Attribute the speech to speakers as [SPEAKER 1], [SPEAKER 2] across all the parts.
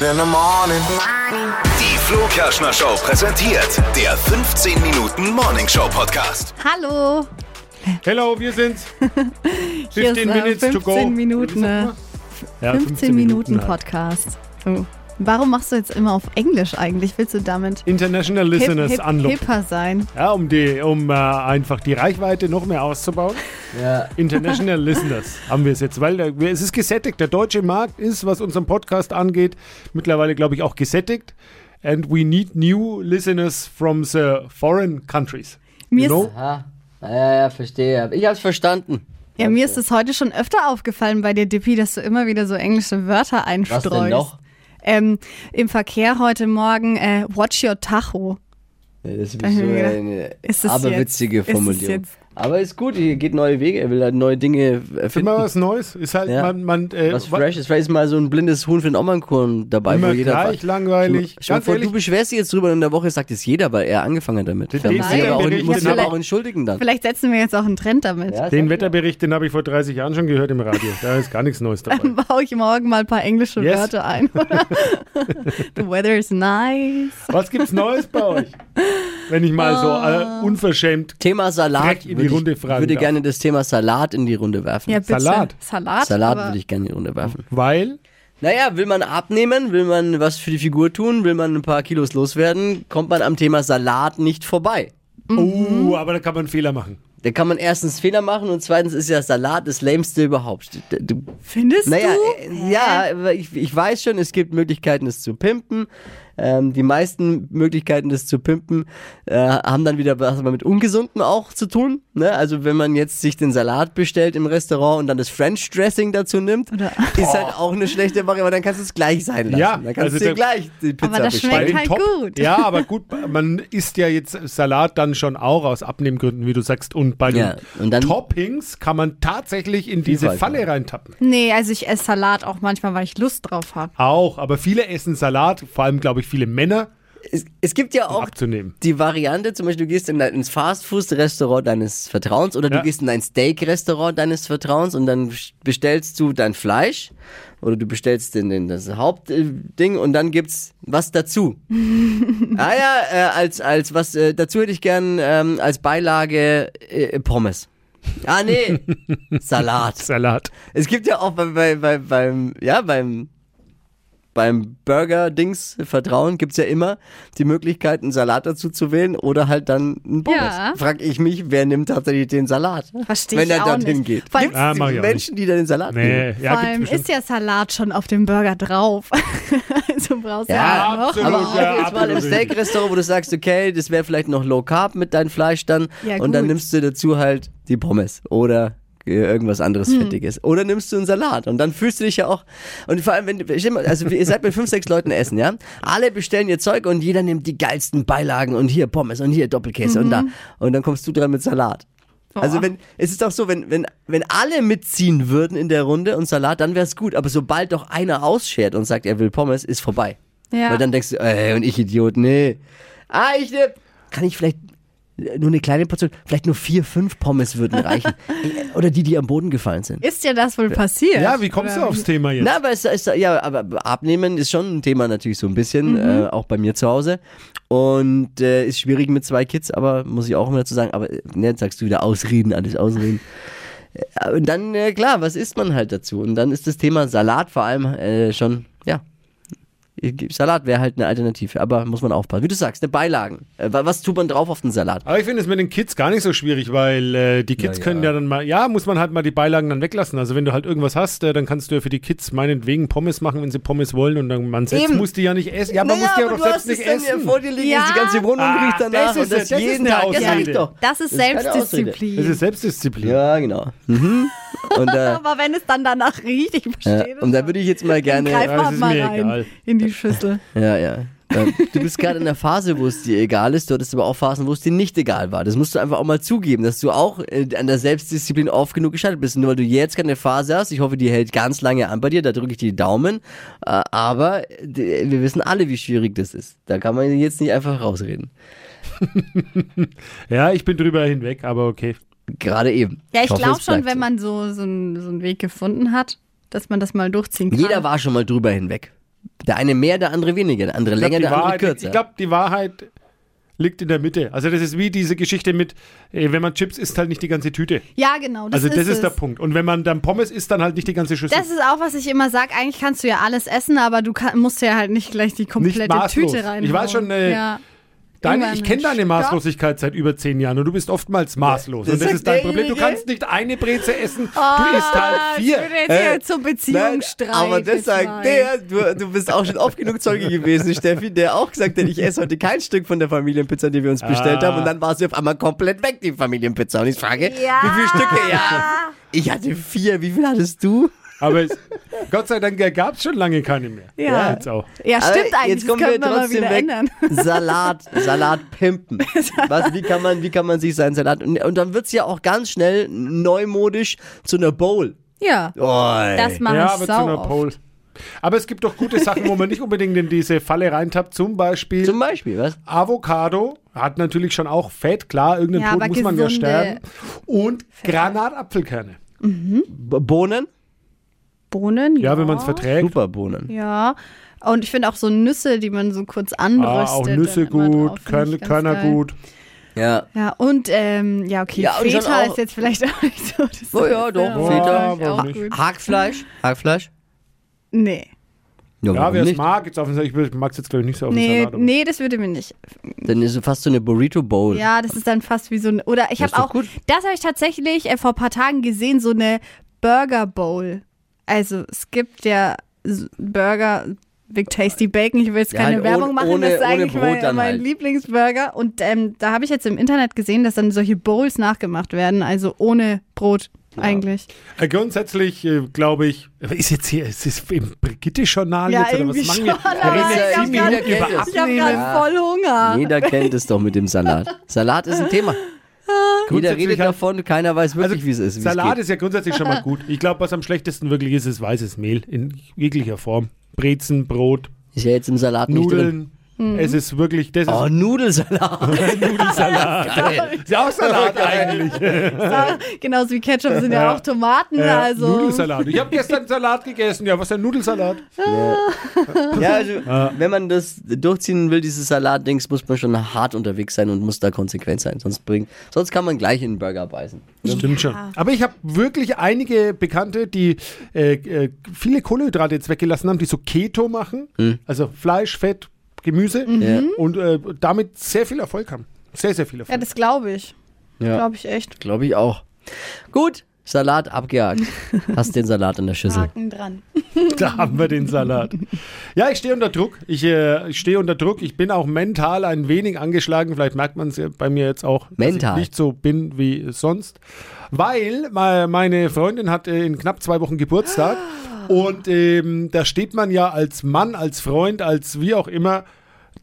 [SPEAKER 1] in the morning.
[SPEAKER 2] Die Flo Kerschner Show präsentiert der 15 Minuten Morning Show Podcast.
[SPEAKER 3] Hallo,
[SPEAKER 4] Hello, wir sind
[SPEAKER 3] hier
[SPEAKER 4] 15
[SPEAKER 3] ist, äh,
[SPEAKER 4] Minutes to go.
[SPEAKER 3] Minuten, ne?
[SPEAKER 4] Ja,
[SPEAKER 3] 15, Minuten
[SPEAKER 4] halt.
[SPEAKER 3] Podcast.
[SPEAKER 5] Oh.
[SPEAKER 3] So. Warum machst du jetzt immer auf Englisch eigentlich? Willst du damit
[SPEAKER 4] International
[SPEAKER 3] hip,
[SPEAKER 4] Listeners
[SPEAKER 3] hip,
[SPEAKER 4] Unlock.
[SPEAKER 3] hipper sein?
[SPEAKER 4] Ja, um die, um äh, einfach die Reichweite noch mehr auszubauen.
[SPEAKER 5] Ja,
[SPEAKER 4] International Listeners haben wir es jetzt, weil der, wir- es ist gesättigt. Der deutsche Markt ist, was unseren Podcast angeht, mittlerweile, glaube ich, auch gesättigt. And we need new listeners from the foreign countries.
[SPEAKER 3] Mir,
[SPEAKER 4] You
[SPEAKER 3] ist,
[SPEAKER 4] know?
[SPEAKER 5] aha. Ja, ja, verstehe. Ich hab's verstanden.
[SPEAKER 3] ja, mir ist es heute schon öfter aufgefallen bei dir, Dippi, dass du immer wieder so englische Wörter
[SPEAKER 5] Was
[SPEAKER 3] einstreust.
[SPEAKER 5] denn noch?
[SPEAKER 3] Ähm, Im Verkehr heute Morgen, äh, watch your Tacho.
[SPEAKER 5] Ja, Das ist
[SPEAKER 3] hab ich
[SPEAKER 5] so
[SPEAKER 3] mir gedacht,
[SPEAKER 5] eine
[SPEAKER 3] ist es
[SPEAKER 5] aberwitzige
[SPEAKER 3] jetzt? Ist es
[SPEAKER 5] Formulierung.
[SPEAKER 3] jetzt?
[SPEAKER 5] Aber ist gut, hier geht neue Wege, er will halt neue Dinge äh, finden.
[SPEAKER 4] Immer was Neues. Ist halt,
[SPEAKER 5] Ja.
[SPEAKER 4] man, man, äh,
[SPEAKER 5] was fresh ist. Vielleicht ist mal so ein blindes Huhn für den Ommernkorn dabei.
[SPEAKER 4] Immer
[SPEAKER 5] wo jeder
[SPEAKER 4] gleich langweilig.
[SPEAKER 5] Stell dir
[SPEAKER 4] Ganz
[SPEAKER 5] vor,
[SPEAKER 4] ehrlich-
[SPEAKER 5] du beschwerst dich jetzt drüber und in der Woche sagt es jeder, weil er angefangen hat damit.
[SPEAKER 4] Den-
[SPEAKER 5] Da
[SPEAKER 4] den
[SPEAKER 5] muss ich aber auch,
[SPEAKER 4] Wetterbericht,
[SPEAKER 5] muss ich
[SPEAKER 3] den
[SPEAKER 5] aber
[SPEAKER 3] hab-
[SPEAKER 5] auch entschuldigen dann.
[SPEAKER 3] Vielleicht setzen wir jetzt auch einen Trend damit.
[SPEAKER 5] Ja,
[SPEAKER 4] genau- den
[SPEAKER 5] sag ich
[SPEAKER 4] Wetterbericht, den habe ich vor 30 Jahren schon gehört im Radio. Da ist gar nichts Neues dabei.
[SPEAKER 3] Dann baue ich morgen mal ein paar englische
[SPEAKER 4] Yes.
[SPEAKER 3] Wörter ein, oder? The weather is nice.
[SPEAKER 4] Was gibt's Neues bei euch? Wenn ich mal
[SPEAKER 3] Ah.
[SPEAKER 4] so äh, unverschämt.
[SPEAKER 5] Thema Salat
[SPEAKER 4] Direkt in die
[SPEAKER 5] würde ich-
[SPEAKER 4] Runde fragen
[SPEAKER 5] würde
[SPEAKER 4] darf.
[SPEAKER 5] gerne das Thema Salat in die Runde werfen.
[SPEAKER 3] Ja, bitte.
[SPEAKER 4] Salat.
[SPEAKER 3] Salat,
[SPEAKER 5] Salat
[SPEAKER 3] aber-
[SPEAKER 5] würde ich gerne in die Runde werfen.
[SPEAKER 4] Weil,
[SPEAKER 5] Naja, will man abnehmen, will man was für die Figur tun, will man ein paar Kilos loswerden, kommt man am Thema Salat nicht vorbei.
[SPEAKER 3] Mhm.
[SPEAKER 4] oh, aber da kann man einen Fehler machen.
[SPEAKER 5] Da kann man erstens Fehler machen und zweitens ist ja Salat das lämste überhaupt. D- d-
[SPEAKER 3] Findest
[SPEAKER 5] naja,
[SPEAKER 3] du?
[SPEAKER 5] äh, ja, ich, ich weiß schon, es gibt Möglichkeiten, es zu pimpen. Ähm, die meisten Möglichkeiten, das zu pimpen, äh, haben dann wieder was mit Ungesunden auch zu tun. Ne? Also wenn man jetzt sich den Salat bestellt im Restaurant und dann das French Dressing dazu nimmt,
[SPEAKER 3] Oder-
[SPEAKER 5] ist halt auch eine schlechte Variante, aber dann kannst du es gleich sein lassen.
[SPEAKER 4] Oh. Ja,
[SPEAKER 5] dann kannst
[SPEAKER 4] also
[SPEAKER 5] du dir
[SPEAKER 4] der-
[SPEAKER 5] gleich die Pizza
[SPEAKER 3] das
[SPEAKER 5] bestellen.
[SPEAKER 3] schmeckt
[SPEAKER 4] Bei den
[SPEAKER 3] halt
[SPEAKER 4] Top-
[SPEAKER 3] gut.
[SPEAKER 4] Ja, aber gut, man isst ja jetzt Salat dann schon auch aus Abnehmgründen, wie du sagst. Und bei den
[SPEAKER 5] Ja, und dann-
[SPEAKER 4] Toppings kann man tatsächlich in diese
[SPEAKER 5] Vielfalt,
[SPEAKER 4] Falle
[SPEAKER 5] ja.
[SPEAKER 4] reintappen.
[SPEAKER 3] Nee, also ich esse Salat auch manchmal, weil ich Lust drauf habe.
[SPEAKER 4] Auch, aber viele essen Salat, vor allem, glaube ich, viele Männer,
[SPEAKER 5] es, es gibt
[SPEAKER 3] Oh.
[SPEAKER 5] ja
[SPEAKER 4] um
[SPEAKER 5] auch
[SPEAKER 4] abzunehmen.
[SPEAKER 5] die Variante, zum Beispiel, du gehst in dein, ins Fastfood-Restaurant deines Vertrauens oder
[SPEAKER 4] Ja.
[SPEAKER 5] du gehst in ein Steak-Restaurant deines Vertrauens und dann bestellst du dein Fleisch oder du bestellst den, den, das Hauptding und dann gibt's was dazu. ah ja, äh, als, als was, äh, dazu hätte ich gern ähm, als Beilage äh, Pommes. Ah nee, Salat.
[SPEAKER 4] Salat.
[SPEAKER 5] Es gibt ja auch bei, bei, bei, beim, ja, beim, beim Burger-Dings Vertrauen gibt's ja immer die Möglichkeit, einen Salat dazu zu wählen oder halt dann einen Pommes.
[SPEAKER 3] Ja.
[SPEAKER 5] Frag ich mich, wer nimmt tatsächlich den Salat?
[SPEAKER 3] Versteh
[SPEAKER 5] Wenn
[SPEAKER 3] ich
[SPEAKER 5] er
[SPEAKER 3] auch
[SPEAKER 5] dorthin
[SPEAKER 3] nicht.
[SPEAKER 5] geht.
[SPEAKER 3] Vor allem-
[SPEAKER 5] Gibt's
[SPEAKER 4] Ah, mach ich auch
[SPEAKER 5] Menschen, die dann den Salat
[SPEAKER 4] Nee,
[SPEAKER 5] nehmen?
[SPEAKER 3] Vor
[SPEAKER 4] ja, gibt's
[SPEAKER 3] allem
[SPEAKER 4] bestimmt.
[SPEAKER 3] ist ja Salat schon auf dem Burger drauf. also brauchst du
[SPEAKER 5] Ja,
[SPEAKER 3] auch noch.
[SPEAKER 4] absolut.
[SPEAKER 5] Aber
[SPEAKER 4] Ja,
[SPEAKER 5] auch jetzt mal im
[SPEAKER 4] absolut.
[SPEAKER 5] Steak-Restaurant, wo du sagst, okay, das wäre vielleicht noch Low Carb mit deinem Fleisch dann.
[SPEAKER 3] Ja,
[SPEAKER 5] und dann
[SPEAKER 3] gut.
[SPEAKER 5] nimmst du dazu halt die Pommes oder äh, irgendwas anderes Fettiges. Oder nimmst du einen Salat. Und dann fühlst du dich ja auch. Und vor allem, wenn du- stell mal, also ihr seid mit fünf, sechs Leuten essen, ja? Alle bestellen ihr Zeug und jeder nimmt die geilsten Beilagen und hier Pommes und hier Doppelkäse und da. Und dann kommst du dran mit Salat. Also wenn, es ist doch so, wenn, wenn, wenn alle mitziehen würden in der Runde und Salat, dann wär's gut. Aber sobald doch einer ausschert und sagt, er will Pommes, ist vorbei.
[SPEAKER 3] Ja.
[SPEAKER 5] Weil dann denkst du, ey, und ich Idiot, nee. Ah, ich nehm, kann ich vielleicht äh, nur eine kleine Portion, vielleicht nur vier, fünf Pommes würden reichen. Oder die, die am Boden gefallen sind.
[SPEAKER 3] Ist dir das wohl passiert?
[SPEAKER 4] Ja, wie kommst du
[SPEAKER 3] Oder
[SPEAKER 4] aufs Thema jetzt?
[SPEAKER 5] Na, aber, es, es, ja, aber abnehmen ist schon ein Thema natürlich so ein bisschen,
[SPEAKER 4] Mhm.
[SPEAKER 5] äh, auch bei mir zu Hause. Und äh, ist schwierig mit zwei Kids, aber muss ich auch immer dazu sagen, aber äh, ne, jetzt sagst du wieder Ausreden, alles Ausreden. Äh, Und dann, äh, klar, was isst man halt dazu? Und dann ist das Thema Salat vor allem äh, schon, ja. Salat wäre halt eine Alternative, aber muss man aufpassen. Wie du sagst, eine Beilagen. Äh, wa- was tut man drauf auf den Salat?
[SPEAKER 4] Aber ich finde es mit den Kids gar nicht so schwierig, weil äh, die Kids
[SPEAKER 5] Ja, ja.
[SPEAKER 4] können ja dann mal, ja, muss man halt mal die Beilagen dann weglassen. Also wenn du halt irgendwas hast, äh, dann kannst du ja für die Kids meinetwegen Pommes machen, wenn sie Pommes wollen und dann man selbst
[SPEAKER 5] Eben.
[SPEAKER 4] muss die ja nicht essen. Ja, man
[SPEAKER 5] Naja,
[SPEAKER 4] muss die ja
[SPEAKER 5] aber
[SPEAKER 4] doch
[SPEAKER 5] du hast
[SPEAKER 4] selbst nicht
[SPEAKER 5] es dann hier
[SPEAKER 4] essen.
[SPEAKER 5] Vor dir liegen
[SPEAKER 3] Ja.
[SPEAKER 5] ist die ganze Wohnung
[SPEAKER 4] Ah,
[SPEAKER 5] riecht danach
[SPEAKER 4] das ist
[SPEAKER 5] und das,
[SPEAKER 4] es, das ist
[SPEAKER 5] jeden
[SPEAKER 4] eine
[SPEAKER 5] Tag. Das sag ich
[SPEAKER 4] Ausrede.
[SPEAKER 5] doch.
[SPEAKER 3] Das ist
[SPEAKER 5] keine Ausrede.
[SPEAKER 3] Selbstdisziplin.
[SPEAKER 4] Das ist Selbstdisziplin.
[SPEAKER 5] Ja, genau. Mhm. Und, äh,
[SPEAKER 3] Aber wenn es dann danach riecht, ich verstehe
[SPEAKER 5] ja,
[SPEAKER 3] das.
[SPEAKER 5] und da würde ich jetzt mal
[SPEAKER 3] dann greif
[SPEAKER 5] gerne.
[SPEAKER 4] Ja, das
[SPEAKER 3] mal,
[SPEAKER 4] ist
[SPEAKER 3] mal
[SPEAKER 4] mir
[SPEAKER 3] rein
[SPEAKER 4] egal.
[SPEAKER 3] in die Schüssel.
[SPEAKER 5] Ja, ja. Äh, Du bist gerade in der Phase, wo es dir egal ist. Du hattest aber auch Phasen, wo es dir nicht egal war. Das musst du einfach auch mal zugeben, dass du auch äh, an der Selbstdisziplin oft genug gescheitert bist. Nur weil du jetzt gerade eine Phase hast, ich hoffe, die hält ganz lange an bei dir, da drücke ich die Daumen. Äh, Aber äh, die- wir wissen alle, wie schwierig das ist. Da kann man jetzt nicht einfach rausreden.
[SPEAKER 4] Ja, ich bin drüber hinweg, aber okay.
[SPEAKER 5] Gerade eben.
[SPEAKER 3] Ja, ich
[SPEAKER 5] hoffe,
[SPEAKER 3] glaube
[SPEAKER 5] es
[SPEAKER 3] schon,
[SPEAKER 5] bleibt
[SPEAKER 3] wenn
[SPEAKER 5] so.
[SPEAKER 3] man so, so, einen, so einen Weg gefunden hat, dass man das mal durchziehen kann.
[SPEAKER 5] Jeder war schon mal drüber hinweg. Der eine mehr, der andere weniger, der andere
[SPEAKER 4] Ich glaub,
[SPEAKER 5] länger,
[SPEAKER 4] die
[SPEAKER 5] der andere
[SPEAKER 4] Wahrheit-
[SPEAKER 5] kürzer.
[SPEAKER 4] Ich glaube, die Wahrheit liegt in der Mitte. Also das ist wie diese Geschichte mit, äh, wenn man Chips isst, halt nicht die ganze Tüte.
[SPEAKER 3] Ja, genau. Das
[SPEAKER 4] also das ist,
[SPEAKER 3] es.
[SPEAKER 4] der Punkt. Und wenn man dann Pommes isst, dann halt nicht die ganze Schüssel.
[SPEAKER 3] Das ist auch, was ich immer sage. Eigentlich kannst du ja alles essen, aber du kann, musst ja halt nicht gleich die komplette
[SPEAKER 4] maßlos.
[SPEAKER 3] Tüte rein.
[SPEAKER 4] Ich weiß schon, äh,
[SPEAKER 3] ja.
[SPEAKER 4] deine,
[SPEAKER 3] irgendwann
[SPEAKER 4] ich kenne deine
[SPEAKER 3] stopp.
[SPEAKER 4] Maßlosigkeit seit über zehn Jahren und du bist oftmals maßlos.
[SPEAKER 5] Das
[SPEAKER 4] und
[SPEAKER 3] Äh,
[SPEAKER 4] das
[SPEAKER 5] sagt
[SPEAKER 4] ist dein
[SPEAKER 5] der
[SPEAKER 4] Problem. Du
[SPEAKER 5] Jüngere.
[SPEAKER 4] kannst nicht eine Breze essen,
[SPEAKER 3] Oh,
[SPEAKER 4] du isst halt
[SPEAKER 3] Ich würde
[SPEAKER 4] vier.
[SPEAKER 3] jetzt
[SPEAKER 5] Äh,
[SPEAKER 3] hier zum Beziehungsstreit.
[SPEAKER 5] aber das
[SPEAKER 3] jetzt mal.
[SPEAKER 5] sagt der, du, du bist auch schon oft genug Zeuge gewesen, Steffi, der auch gesagt hat, ich esse heute kein Stück von der Familienpizza, die wir uns bestellt
[SPEAKER 4] Ah.
[SPEAKER 5] haben. Und dann war sie auf einmal komplett weg, die Familienpizza. Und ich frage,
[SPEAKER 3] Ja.
[SPEAKER 5] wie viele Stücke? Ja. Ich hatte vier, wie viel hattest du?
[SPEAKER 4] Aber es, Gott sei Dank gab es schon lange keine mehr.
[SPEAKER 3] Ja.
[SPEAKER 4] Jetzt auch.
[SPEAKER 3] Ja,
[SPEAKER 5] Aber
[SPEAKER 3] stimmt eigentlich.
[SPEAKER 5] Jetzt kommen
[SPEAKER 3] das
[SPEAKER 5] wir
[SPEAKER 3] können wir mal
[SPEAKER 5] trotzdem
[SPEAKER 3] wieder
[SPEAKER 5] weg.
[SPEAKER 3] ändern.
[SPEAKER 5] Salat, Salat pimpen. Was, wie, kann man, wie kann man sich seinen Salat. Und, und dann wird es ja auch ganz schnell neumodisch zu einer Bowl.
[SPEAKER 3] Ja,
[SPEAKER 5] Oi.
[SPEAKER 3] das mache
[SPEAKER 4] ja,
[SPEAKER 3] ich
[SPEAKER 4] aber zu
[SPEAKER 3] sau
[SPEAKER 4] einer
[SPEAKER 3] oft.
[SPEAKER 4] Pole. Aber es gibt doch gute Sachen, wo man nicht unbedingt in diese Falle reintappt. Zum Beispiel
[SPEAKER 5] Zum Beispiel, was?
[SPEAKER 4] Avocado hat natürlich schon auch Fett, klar, irgendein
[SPEAKER 3] Ja,
[SPEAKER 4] Tod
[SPEAKER 3] aber
[SPEAKER 4] muss man ja
[SPEAKER 3] gesunde
[SPEAKER 4] sterben. Und Granatapfelkerne.
[SPEAKER 5] B Bohnen?
[SPEAKER 3] Bohnen, ja.
[SPEAKER 4] Ja, wenn man es verträgt.
[SPEAKER 5] Super Bohnen.
[SPEAKER 3] Ja, und ich finde auch so Nüsse, die man so kurz
[SPEAKER 4] Ah,
[SPEAKER 3] anröstet.
[SPEAKER 4] auch Nüsse
[SPEAKER 3] dann immer drauf,
[SPEAKER 4] gut,
[SPEAKER 3] finde ich
[SPEAKER 4] Körn,
[SPEAKER 3] ganz
[SPEAKER 4] Körner
[SPEAKER 3] geil.
[SPEAKER 4] gut.
[SPEAKER 5] Ja.
[SPEAKER 3] Ja, und ähm, ja, okay,
[SPEAKER 5] Ja, und schon
[SPEAKER 3] Feta
[SPEAKER 5] auch-
[SPEAKER 3] ist jetzt vielleicht auch nicht so. Das
[SPEAKER 5] Oh ja, doch,
[SPEAKER 3] aber
[SPEAKER 5] Feta.
[SPEAKER 3] vielleicht
[SPEAKER 4] Warum
[SPEAKER 3] Auch
[SPEAKER 4] nicht?
[SPEAKER 3] gut.
[SPEAKER 5] Hackfleisch? Hackfleisch?
[SPEAKER 3] Nee,
[SPEAKER 4] Ja,
[SPEAKER 5] warum
[SPEAKER 4] wer es
[SPEAKER 5] Also nicht?
[SPEAKER 4] mag, jetzt auf den Salat. Ich mag es jetzt, glaube ich, nicht so auf den
[SPEAKER 3] nee,
[SPEAKER 4] Salat. aber-
[SPEAKER 3] nee, das würde mir nicht.
[SPEAKER 5] Dann ist es fast so eine Burrito Bowl.
[SPEAKER 3] Ja, das ist dann fast wie so ein. Oder ich
[SPEAKER 5] Das ist
[SPEAKER 3] habe
[SPEAKER 5] doch
[SPEAKER 3] auch.
[SPEAKER 5] gut.
[SPEAKER 3] Das habe ich tatsächlich äh, vor ein paar Tagen gesehen, so eine Burger Bowl. Also es gibt ja s- Burger. Big Tasty Bacon, ich will jetzt
[SPEAKER 5] Ja,
[SPEAKER 3] keine
[SPEAKER 5] halt
[SPEAKER 3] Werbung
[SPEAKER 5] ohne-
[SPEAKER 3] machen,
[SPEAKER 5] ohne-
[SPEAKER 3] das ist
[SPEAKER 5] ohne
[SPEAKER 3] eigentlich
[SPEAKER 5] Brot
[SPEAKER 3] mein,
[SPEAKER 5] dann
[SPEAKER 3] mein
[SPEAKER 5] halt.
[SPEAKER 3] Lieblingsburger. Und ähm, da habe ich jetzt im Internet gesehen, dass dann solche Bowls nachgemacht werden, also ohne Brot eigentlich.
[SPEAKER 4] Äh, Grundsätzlich äh, glaube ich, ist jetzt hier, ist es im Brigitte-Journal
[SPEAKER 3] Ja,
[SPEAKER 4] jetzt oder was
[SPEAKER 3] irgendwie
[SPEAKER 4] machen wir?
[SPEAKER 3] schon,
[SPEAKER 4] Wir
[SPEAKER 3] aber
[SPEAKER 5] ich
[SPEAKER 4] reden
[SPEAKER 5] hab
[SPEAKER 4] jetzt sieben
[SPEAKER 5] grad-
[SPEAKER 4] Minuten über
[SPEAKER 3] Ich habe gerade
[SPEAKER 4] Abnehmen.
[SPEAKER 3] voll Hunger.
[SPEAKER 5] Jeder kennt es doch mit dem Salat. Salat ist ein Thema. Jeder
[SPEAKER 4] Grundsätzlich
[SPEAKER 5] redet
[SPEAKER 4] hat- Also,
[SPEAKER 5] davon, keiner weiß wirklich, wie es ist. wie es
[SPEAKER 4] Salat
[SPEAKER 5] geht.
[SPEAKER 4] ist ja grundsätzlich schon mal gut. Ich glaube, was am schlechtesten wirklich ist, ist weißes Mehl in jeglicher Form. Brezen, Brot,
[SPEAKER 5] Ist ja jetzt im Salat nicht
[SPEAKER 4] Nudeln.
[SPEAKER 3] Mhm.
[SPEAKER 4] Es ist wirklich, das
[SPEAKER 5] drin. Oh,
[SPEAKER 4] ist
[SPEAKER 5] Nudelsalat.
[SPEAKER 4] Nudelsalat. ist ja auch Salat eigentlich.
[SPEAKER 3] Ja, Genauso wie Ketchup sind ja,
[SPEAKER 4] Ja.
[SPEAKER 3] auch Tomaten.
[SPEAKER 4] Ja,
[SPEAKER 3] also.
[SPEAKER 4] Nudelsalat. Ich habe gestern Salat gegessen. Ja, was ist ein Nudelsalat?
[SPEAKER 5] ja, also, wenn man das durchziehen will, dieses Salat-Dings, muss man schon hart unterwegs sein und muss da konsequent sein. Sonst, bringt, sonst kann man gleich in den Burger beißen.
[SPEAKER 4] Stimmt schon. Aber ich habe wirklich einige Bekannte, die äh, äh, viele Kohlenhydrate jetzt weggelassen haben, die so Keto machen. Also Fleisch, Fett, Gemüse.
[SPEAKER 3] Mhm.
[SPEAKER 5] Ja.
[SPEAKER 4] Und äh, damit sehr viel Erfolg haben. Sehr, sehr viel
[SPEAKER 3] Ja,
[SPEAKER 4] Erfolg.
[SPEAKER 3] das glaube ich.
[SPEAKER 5] Ja.
[SPEAKER 3] Glaube ich echt.
[SPEAKER 5] Glaube ich auch. Gut, Salat abgehakt. Hast den Salat in der Schüssel.
[SPEAKER 3] Haken dran.
[SPEAKER 4] Da haben wir den Salat. Ja, ich stehe unter Druck. Ich, äh, ich stehe unter Druck. Ich bin auch mental ein wenig angeschlagen. Vielleicht merkt man es ja bei mir jetzt auch, dass
[SPEAKER 5] Mental.
[SPEAKER 4] ich nicht so bin wie sonst. Weil me- meine Freundin hat äh, in knapp zwei Wochen Geburtstag. Und ähm, da steht man ja als Mann, als Freund, als wie auch immer,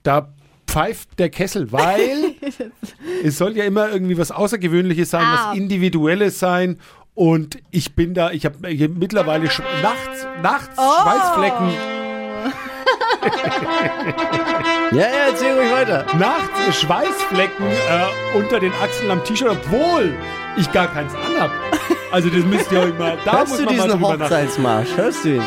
[SPEAKER 4] da pfeift der Kessel, weil es soll ja immer irgendwie was Außergewöhnliches sein,
[SPEAKER 3] Ah.
[SPEAKER 4] was Individuelles sein. Und ich bin da, ich habe mittlerweile sch- nachts, nachts
[SPEAKER 3] Oh.
[SPEAKER 4] Schweißflecken,
[SPEAKER 5] Ja, ja, erzähl ruhig weiter.
[SPEAKER 4] nachts Schweißflecken äh, unter den Achseln am T-Shirt, obwohl ich gar keins anhab. Also das müsst ihr euch mal, da
[SPEAKER 5] Hörst
[SPEAKER 4] muss
[SPEAKER 5] du
[SPEAKER 4] man mal
[SPEAKER 5] diesen
[SPEAKER 4] drüber nachdenken.
[SPEAKER 5] Hochzeitsmarsch? Hörst du ihn?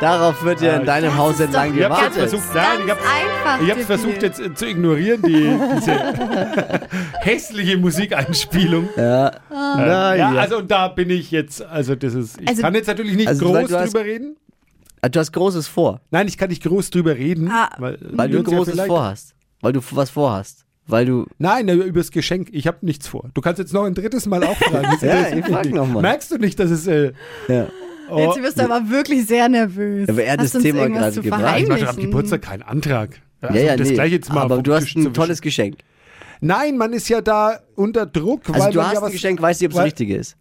[SPEAKER 5] Darauf wird ja
[SPEAKER 4] Ah,
[SPEAKER 5] in deinem Haus entlang
[SPEAKER 4] Ich hab's jetzt
[SPEAKER 5] gewartet.
[SPEAKER 4] versucht, nein, ich
[SPEAKER 3] Ganz
[SPEAKER 4] hab's,
[SPEAKER 3] einfach.
[SPEAKER 4] ich hab's
[SPEAKER 3] Tipp
[SPEAKER 4] versucht
[SPEAKER 3] hier.
[SPEAKER 4] jetzt äh, zu ignorieren, die, diese hässliche Musikeinspielung.
[SPEAKER 5] Ja. Na,
[SPEAKER 4] ja,
[SPEAKER 5] Ah, ja.
[SPEAKER 4] also und da bin ich jetzt, also das ist, ich
[SPEAKER 3] Also-
[SPEAKER 4] kann jetzt natürlich nicht
[SPEAKER 5] Also, weil
[SPEAKER 4] groß
[SPEAKER 5] du hast-
[SPEAKER 4] drüber reden. also-
[SPEAKER 5] Du hast Großes vor,
[SPEAKER 4] Nein, ich kann nicht groß drüber reden.
[SPEAKER 3] Ah.
[SPEAKER 4] weil
[SPEAKER 5] weil du
[SPEAKER 4] wir uns ja
[SPEAKER 5] Großes
[SPEAKER 4] vielleicht-
[SPEAKER 5] vorhast. Weil du f- was vorhast. Weil du.
[SPEAKER 4] Nein, über das Geschenk. Ich habe nichts vor. Du kannst jetzt noch ein drittes Mal auch fragen. Das
[SPEAKER 5] Ja,
[SPEAKER 4] interessiert
[SPEAKER 5] ich
[SPEAKER 4] mich
[SPEAKER 5] frag
[SPEAKER 4] nicht.
[SPEAKER 5] noch mal.
[SPEAKER 4] Merkst du nicht, dass es. Äh,
[SPEAKER 5] Ja.
[SPEAKER 4] oh,
[SPEAKER 3] Jetzt wirst du aber wirklich sehr nervös.
[SPEAKER 5] Aber er hat
[SPEAKER 3] Hast
[SPEAKER 5] das
[SPEAKER 3] du uns
[SPEAKER 5] Thema
[SPEAKER 3] irgendwas
[SPEAKER 5] gerade
[SPEAKER 3] zu
[SPEAKER 5] gebracht.
[SPEAKER 4] ich
[SPEAKER 3] verheimlichen?
[SPEAKER 4] mache am Geburtstag keinen Antrag. Also,
[SPEAKER 5] Ja, ja,
[SPEAKER 4] das
[SPEAKER 5] nee.
[SPEAKER 4] gleich jetzt mal
[SPEAKER 5] Aber
[SPEAKER 4] vom
[SPEAKER 5] du hast
[SPEAKER 4] Tisch zu
[SPEAKER 5] ein
[SPEAKER 4] wischen.
[SPEAKER 5] tolles Geschenk.
[SPEAKER 4] Nein, man ist ja da unter Druck,
[SPEAKER 5] Also
[SPEAKER 4] weil
[SPEAKER 5] du
[SPEAKER 4] man
[SPEAKER 5] hast
[SPEAKER 4] ja was.
[SPEAKER 5] ein Geschenk, weißt du, ob es
[SPEAKER 4] weil-
[SPEAKER 5] richtige ist.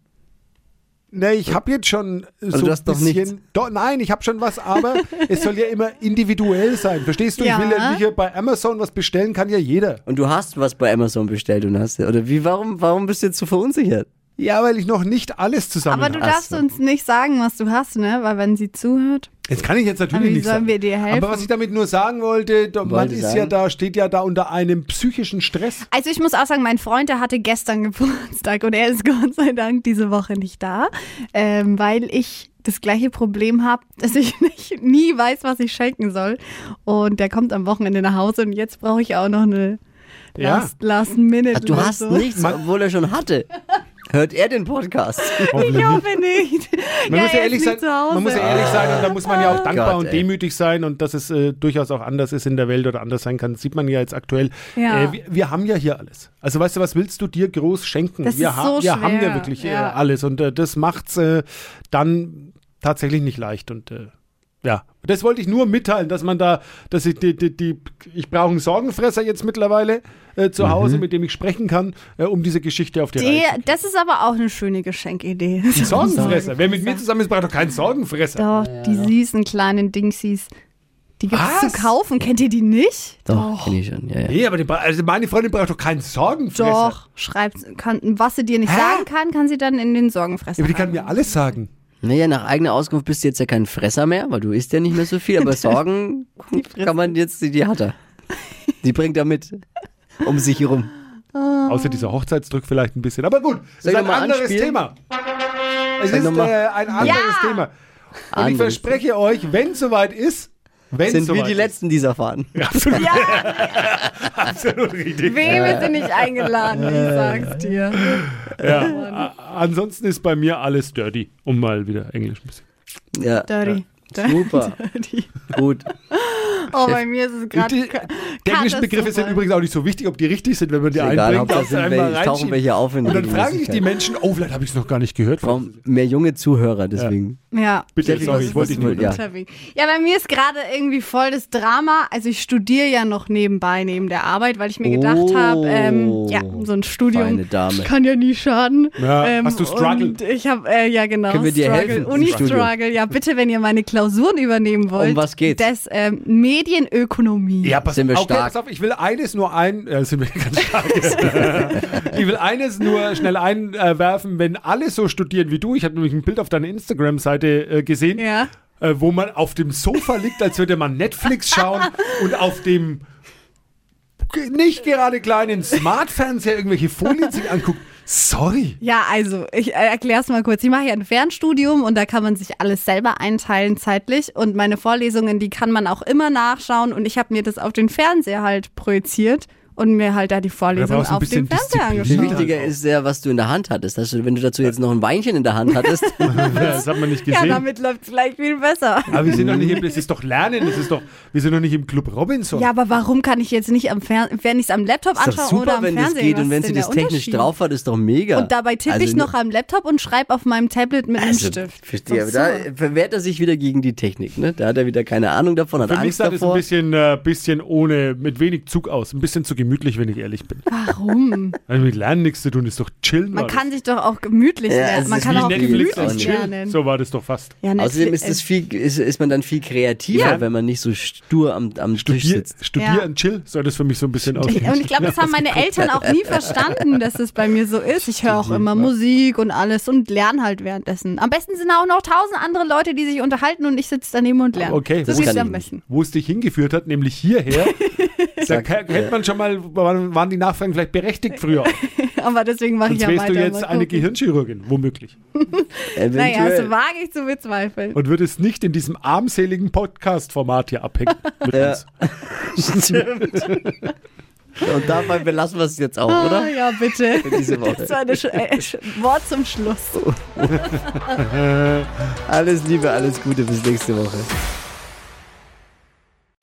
[SPEAKER 4] Nee, ich habe jetzt schon äh, so
[SPEAKER 5] Also du hast
[SPEAKER 4] ein
[SPEAKER 5] noch nichts.
[SPEAKER 4] bisschen. Doch, nein, ich habe schon was, aber es soll ja immer individuell sein. Verstehst du?
[SPEAKER 3] Ja.
[SPEAKER 4] Ich will ja nicht hier bei Amazon was bestellen, kann ja jeder.
[SPEAKER 5] Und du hast was bei Amazon bestellt und hast. Oder wie, warum, warum bist du jetzt so verunsichert?
[SPEAKER 4] Ja, weil ich noch nicht alles zusammen
[SPEAKER 3] Aber du
[SPEAKER 4] habe.
[SPEAKER 3] darfst
[SPEAKER 5] so.
[SPEAKER 3] uns nicht sagen, was du hast, ne? Weil wenn sie zuhört.
[SPEAKER 4] Jetzt kann ich jetzt natürlich
[SPEAKER 3] Aber wie
[SPEAKER 4] nicht
[SPEAKER 3] sollen
[SPEAKER 4] sagen.
[SPEAKER 3] wir dir helfen?
[SPEAKER 4] Aber was ich damit nur sagen wollte, da- man
[SPEAKER 5] Wollte
[SPEAKER 4] ist
[SPEAKER 5] sagen.
[SPEAKER 4] ja da, steht ja da unter einem psychischen Stress.
[SPEAKER 3] Also ich muss auch sagen, mein Freund, der hatte gestern Geburtstag und er ist Gott sei Dank diese Woche nicht da, ähm, weil ich das gleiche Problem habe, dass ich nicht, nie weiß, was ich schenken soll. Und der kommt am Wochenende nach Hause und jetzt brauche ich auch noch eine
[SPEAKER 4] Ja.
[SPEAKER 3] Last, last Minute.
[SPEAKER 5] Ah, Du
[SPEAKER 3] oder
[SPEAKER 5] hast
[SPEAKER 3] so.
[SPEAKER 5] nichts,
[SPEAKER 4] Man-
[SPEAKER 5] obwohl er schon hatte. Hört er den Podcast?
[SPEAKER 4] Hoffentlich.
[SPEAKER 3] Ich hoffe nicht.
[SPEAKER 4] Man,
[SPEAKER 3] ja,
[SPEAKER 4] muss ja
[SPEAKER 3] er
[SPEAKER 4] ehrlich
[SPEAKER 3] ist
[SPEAKER 4] sein,
[SPEAKER 3] nicht zu Hause. Ah.
[SPEAKER 4] man muss ja ehrlich sein und da muss man ja auch dankbar
[SPEAKER 5] Gott,
[SPEAKER 4] und
[SPEAKER 5] ey.
[SPEAKER 4] demütig sein und dass es äh, durchaus auch anders ist in der Welt oder anders sein kann, das sieht man ja jetzt aktuell.
[SPEAKER 3] Ja.
[SPEAKER 4] Äh, wir, wir haben ja hier alles. Also weißt du, was willst du dir groß schenken?
[SPEAKER 3] Das
[SPEAKER 4] wir
[SPEAKER 3] ist
[SPEAKER 4] ha-
[SPEAKER 3] so
[SPEAKER 4] wir haben ja
[SPEAKER 3] schwer,
[SPEAKER 4] wirklich
[SPEAKER 3] ja.
[SPEAKER 4] Äh, alles und äh, das macht's äh, dann tatsächlich nicht leicht und äh, ja, das wollte ich nur mitteilen, dass man da, dass ich die, die, die ich brauche einen Sorgenfresser jetzt mittlerweile äh,
[SPEAKER 5] Mhm.
[SPEAKER 4] zu Hause, mit dem ich sprechen kann, äh, um diese Geschichte auf die Reihe zu
[SPEAKER 3] Der, das ist aber auch eine schöne Geschenkidee.
[SPEAKER 4] kriegen. Sorgenfresser. Wer mit mir zusammen ist, braucht doch keinen Sorgenfresser.
[SPEAKER 3] Doch, die süßen kleinen Dingsies. Die gibt's
[SPEAKER 4] Was?
[SPEAKER 3] zu kaufen. Kennt ihr die nicht?
[SPEAKER 5] Doch, kenn ich schon. Ja, ja.
[SPEAKER 4] Nee, aber die, bra- also meine Freundin braucht doch keinen Sorgenfresser.
[SPEAKER 3] Doch, schreibt, kann, was sie dir nicht
[SPEAKER 4] Hä?
[SPEAKER 3] sagen kann, kann sie dann in den
[SPEAKER 4] Ja,
[SPEAKER 3] Sorgenfresser.
[SPEAKER 4] aber die kann
[SPEAKER 3] rein.
[SPEAKER 4] mir alles sagen.
[SPEAKER 5] Naja, nach eigener Auskunft bist du jetzt ja kein Fresser mehr, weil du isst ja nicht mehr so viel, aber Sorgen kann man jetzt, die, die hat er. Die bringt er mit. Um sich herum.
[SPEAKER 4] Außer dieser Hochzeitsdrück vielleicht ein bisschen. Aber gut, das ist
[SPEAKER 5] Soll ich
[SPEAKER 4] ein
[SPEAKER 5] noch mal
[SPEAKER 4] anderes
[SPEAKER 5] anspielen?
[SPEAKER 4] Thema. Es
[SPEAKER 5] Soll ich
[SPEAKER 4] ist
[SPEAKER 5] noch
[SPEAKER 4] äh,
[SPEAKER 5] mal-
[SPEAKER 4] ein anderes
[SPEAKER 3] Ja!
[SPEAKER 4] Thema. Und ich
[SPEAKER 5] Anderes.
[SPEAKER 4] verspreche euch, wenn es soweit ist, wenn
[SPEAKER 5] Sind wir
[SPEAKER 4] soweit
[SPEAKER 5] die
[SPEAKER 4] ist.
[SPEAKER 5] Letzten, die es erfahren.
[SPEAKER 4] Ja, absolut,
[SPEAKER 3] Ja,
[SPEAKER 4] absolut richtig.
[SPEAKER 3] wem ist sie nicht eingeladen? Ich sag's dir.
[SPEAKER 4] Ja. a- Ansonsten ist bei mir alles dirty, um mal wieder Englisch ein bisschen.
[SPEAKER 5] Ja.
[SPEAKER 3] Dirty.
[SPEAKER 5] Super.
[SPEAKER 3] Dirty.
[SPEAKER 5] Gut.
[SPEAKER 3] Oh, bei mir ist es gerade.
[SPEAKER 4] Die- Die englischen Begriffe sind übrigens auch nicht so wichtig, ob die richtig sind, wenn man die
[SPEAKER 5] Ist egal,
[SPEAKER 4] einbringt.
[SPEAKER 5] Hauptsache
[SPEAKER 4] Darfst du
[SPEAKER 5] sind
[SPEAKER 4] einmal
[SPEAKER 5] welche- tauchen
[SPEAKER 4] reinschieben.
[SPEAKER 5] welche auf in
[SPEAKER 4] Und dann
[SPEAKER 5] die
[SPEAKER 4] fragen sich die
[SPEAKER 5] Regelmäßigkeit.
[SPEAKER 4] Menschen, oh, vielleicht habe ich es noch gar nicht gehört.
[SPEAKER 5] Warum mehr junge Zuhörer, deswegen.
[SPEAKER 3] Ja.
[SPEAKER 4] Bitte,
[SPEAKER 5] Steffi,
[SPEAKER 4] sorry,
[SPEAKER 5] was-
[SPEAKER 4] ich wollte dich
[SPEAKER 5] was-
[SPEAKER 4] nicht
[SPEAKER 5] ja.
[SPEAKER 3] unterwegs. Ja, bei mir ist gerade irgendwie voll das Drama. Also ich studiere ja noch nebenbei, neben der Arbeit, weil ich mir gedacht
[SPEAKER 5] Oh.
[SPEAKER 3] habe, ähm, ja, so ein
[SPEAKER 5] Feine
[SPEAKER 3] Studium
[SPEAKER 5] Dame.
[SPEAKER 3] kann ja nie schaden.
[SPEAKER 4] Ja,
[SPEAKER 3] ähm,
[SPEAKER 4] hast du Struggle?
[SPEAKER 3] Und ich habe, äh, ja genau,
[SPEAKER 5] Können wir dir helfen
[SPEAKER 3] Struggle,
[SPEAKER 5] im
[SPEAKER 3] Uni-Struggle. Ja, bitte, wenn ihr meine Klausuren übernehmen wollt.
[SPEAKER 5] Um was geht's?
[SPEAKER 3] Das ähm, Medienökonomie.
[SPEAKER 4] Ja, pass,
[SPEAKER 5] Sind wir
[SPEAKER 4] okay,
[SPEAKER 5] stark.
[SPEAKER 4] pass auf, ich will eines nur ein, äh, sind wir ganz stark. ich will eines nur schnell einwerfen, wenn alle so studieren wie du, ich habe nämlich ein Bild auf deiner Instagram-Seite äh, gesehen,
[SPEAKER 3] Ja.
[SPEAKER 4] äh, wo man auf dem Sofa liegt, als würde man Netflix schauen und auf dem g- nicht gerade kleinen Smartfernseher irgendwelche Folien sich anguckt. Sorry.
[SPEAKER 3] Ja, also, ich äh, erkläre es mal kurz. Ich mache ja ein Fernstudium und da kann man sich alles selber einteilen zeitlich. Und meine Vorlesungen, die kann man auch immer nachschauen. Und ich habe mir das auf den Fernseher halt projiziert und mir halt da die Vorlesungen
[SPEAKER 4] brauchst du ein
[SPEAKER 3] auf dem
[SPEAKER 4] bisschen
[SPEAKER 3] Fernseher
[SPEAKER 4] Disziplin.
[SPEAKER 3] angeschaut.
[SPEAKER 5] Wichtiger ist ja, was du in der Hand hattest. Dass du, wenn du dazu jetzt noch ein Weinchen in der Hand hattest,
[SPEAKER 4] Das hat man nicht
[SPEAKER 3] Ja,
[SPEAKER 4] gesehen.
[SPEAKER 3] damit läuft es vielleicht viel besser.
[SPEAKER 4] aber wir sind noch nicht im, das ist doch Lernen, das ist doch, wir sind noch nicht im Club Robinson.
[SPEAKER 3] Ja, aber warum kann ich jetzt nicht am Fernseher, wenn ich es am Laptop
[SPEAKER 5] ist
[SPEAKER 3] anschaue
[SPEAKER 5] doch super,
[SPEAKER 3] oder am
[SPEAKER 5] wenn das
[SPEAKER 3] Fernseher?
[SPEAKER 5] geht.
[SPEAKER 3] Was
[SPEAKER 5] Und wenn
[SPEAKER 3] ist
[SPEAKER 5] sie
[SPEAKER 3] denn
[SPEAKER 5] das
[SPEAKER 3] der
[SPEAKER 5] technisch
[SPEAKER 3] Unterschied?
[SPEAKER 5] drauf hat, ist doch mega.
[SPEAKER 3] Und dabei tippe
[SPEAKER 5] Also
[SPEAKER 3] ich noch am Laptop und schreibe auf meinem Tablet mit einem Stift.
[SPEAKER 5] Verstehe, aber
[SPEAKER 3] Doch
[SPEAKER 5] da
[SPEAKER 3] so.
[SPEAKER 5] verwehrt er sich wieder gegen die Technik. Ne? Da hat er wieder keine Ahnung davon, hat
[SPEAKER 4] Für mich
[SPEAKER 5] Angst
[SPEAKER 4] sah das ein
[SPEAKER 5] davor.
[SPEAKER 4] bisschen, äh, bisschen ohne, mit wenig Zug aus. Ein bisschen zu gemütlich, wenn ich ehrlich bin.
[SPEAKER 3] Warum?
[SPEAKER 4] Also mit Lernen nichts zu tun, ist doch chillen.
[SPEAKER 3] Man
[SPEAKER 4] war
[SPEAKER 3] kann sich doch auch gemütlich
[SPEAKER 5] Ja, also es
[SPEAKER 3] lernen. Man
[SPEAKER 5] ist
[SPEAKER 3] kann
[SPEAKER 5] wie
[SPEAKER 4] das.
[SPEAKER 3] auch
[SPEAKER 5] Netflix
[SPEAKER 3] gemütlich
[SPEAKER 5] und
[SPEAKER 4] also Chill.
[SPEAKER 3] lernen.
[SPEAKER 4] So war das doch fast.
[SPEAKER 3] Ja, Äh,
[SPEAKER 5] Außerdem
[SPEAKER 3] Netflix-
[SPEAKER 5] ist, das viel, ist, ist man dann viel kreativer,
[SPEAKER 4] Ja.
[SPEAKER 5] wenn man nicht so stur am, am Tisch
[SPEAKER 4] Studier,
[SPEAKER 5] sitzt.
[SPEAKER 4] studier
[SPEAKER 3] Ja.
[SPEAKER 4] und chill soll das für mich so ein bisschen
[SPEAKER 3] Ich-
[SPEAKER 4] aussehen.
[SPEAKER 3] Und ich glaube, das haben meine Eltern auch nie verstanden, dass es bei mir so ist. Ich höre auch immer Musik und alles und lerne halt währenddessen. Am besten sind auch noch tausend andere Leute, die sich unterhalten und ich sitze daneben und lerne.
[SPEAKER 4] Okay,
[SPEAKER 3] so
[SPEAKER 5] das
[SPEAKER 3] geht
[SPEAKER 5] kann
[SPEAKER 3] es
[SPEAKER 5] ich
[SPEAKER 3] am
[SPEAKER 5] nicht.
[SPEAKER 3] besten.
[SPEAKER 4] Wo es dich hingeführt hat, nämlich hierher, da
[SPEAKER 5] Zack,
[SPEAKER 4] ke- hätte man schon mal, waren waren die Nachfragen vielleicht berechtigt früher.
[SPEAKER 3] Aber deswegen mache ich
[SPEAKER 4] Sonst
[SPEAKER 3] ja
[SPEAKER 4] wärst
[SPEAKER 3] weiter.
[SPEAKER 4] du jetzt
[SPEAKER 3] Mal
[SPEAKER 4] eine
[SPEAKER 3] gucken.
[SPEAKER 4] Gehirnchirurgin, womöglich.
[SPEAKER 5] Eventuell.
[SPEAKER 3] Naja, das wage ich zu bezweifeln.
[SPEAKER 4] Und würdest nicht in diesem armseligen Podcast-Format hier abhängen mit
[SPEAKER 5] Ja.
[SPEAKER 4] uns.
[SPEAKER 5] Stimmt. Und dabei belassen wir es jetzt auch,
[SPEAKER 3] Ah,
[SPEAKER 5] oder?
[SPEAKER 3] ja, bitte.
[SPEAKER 5] Für diese Woche.
[SPEAKER 3] Das war ein äh, Sch- Wort zum Schluss.
[SPEAKER 5] Alles Liebe, alles Gute, bis nächste Woche.